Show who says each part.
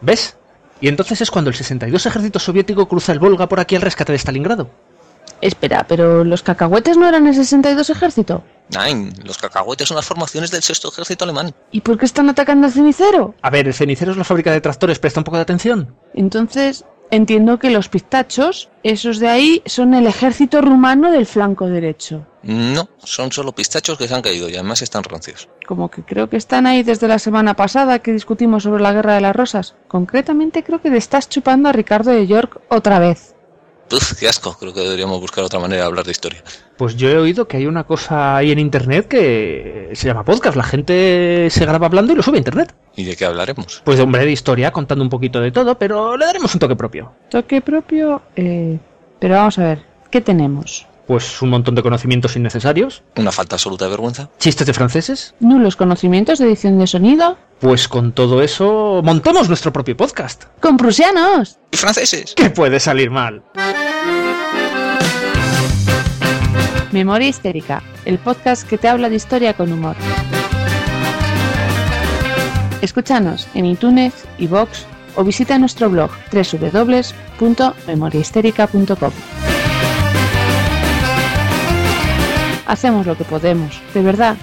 Speaker 1: ¿Ves? Y entonces es cuando el 62 ejército soviético cruza el Volga por aquí al rescate de Stalingrado.
Speaker 2: Espera, pero los cacahuetes no eran el 62 ejército.
Speaker 3: Nein, los cacahuetes son las formaciones del sexto ejército alemán.
Speaker 2: ¿Y por qué están atacando al cenicero?
Speaker 1: A ver, el cenicero es la fábrica de tractores, presta un poco de atención.
Speaker 2: Entonces, entiendo que los pistachos, esos de ahí, son el ejército rumano del flanco derecho.
Speaker 3: No, son solo pistachos que se han caído y además están rancios.
Speaker 2: Como que creo que están ahí desde la semana pasada que discutimos sobre la guerra de las rosas. Concretamente creo que le estás chupando a Ricardo de York otra vez.
Speaker 3: Puf, qué asco, creo que deberíamos buscar otra manera de hablar de historia.
Speaker 1: Pues yo he oído que hay una cosa ahí en internet que se llama podcast. La gente se graba hablando y lo sube a internet.
Speaker 3: ¿Y de qué hablaremos?
Speaker 1: Pues de hombre de historia, contando un poquito de todo, pero le daremos un toque propio.
Speaker 2: Toque propio, eh, pero vamos a ver, ¿qué tenemos?
Speaker 1: Pues un montón de conocimientos innecesarios.
Speaker 3: Una falta absoluta de vergüenza.
Speaker 1: ¿Chistes de franceses?
Speaker 2: No, los conocimientos de edición de sonido.
Speaker 1: Pues con todo eso, montamos nuestro propio podcast.
Speaker 2: Con prusianos.
Speaker 3: ¿Y franceses?
Speaker 1: ¿Qué puede salir mal?
Speaker 2: Memoria Histérica, el podcast que te habla de historia con humor. Escúchanos en iTunes, iVox o visita nuestro blog www.memoriahistérica.com. Hacemos lo que podemos, de verdad,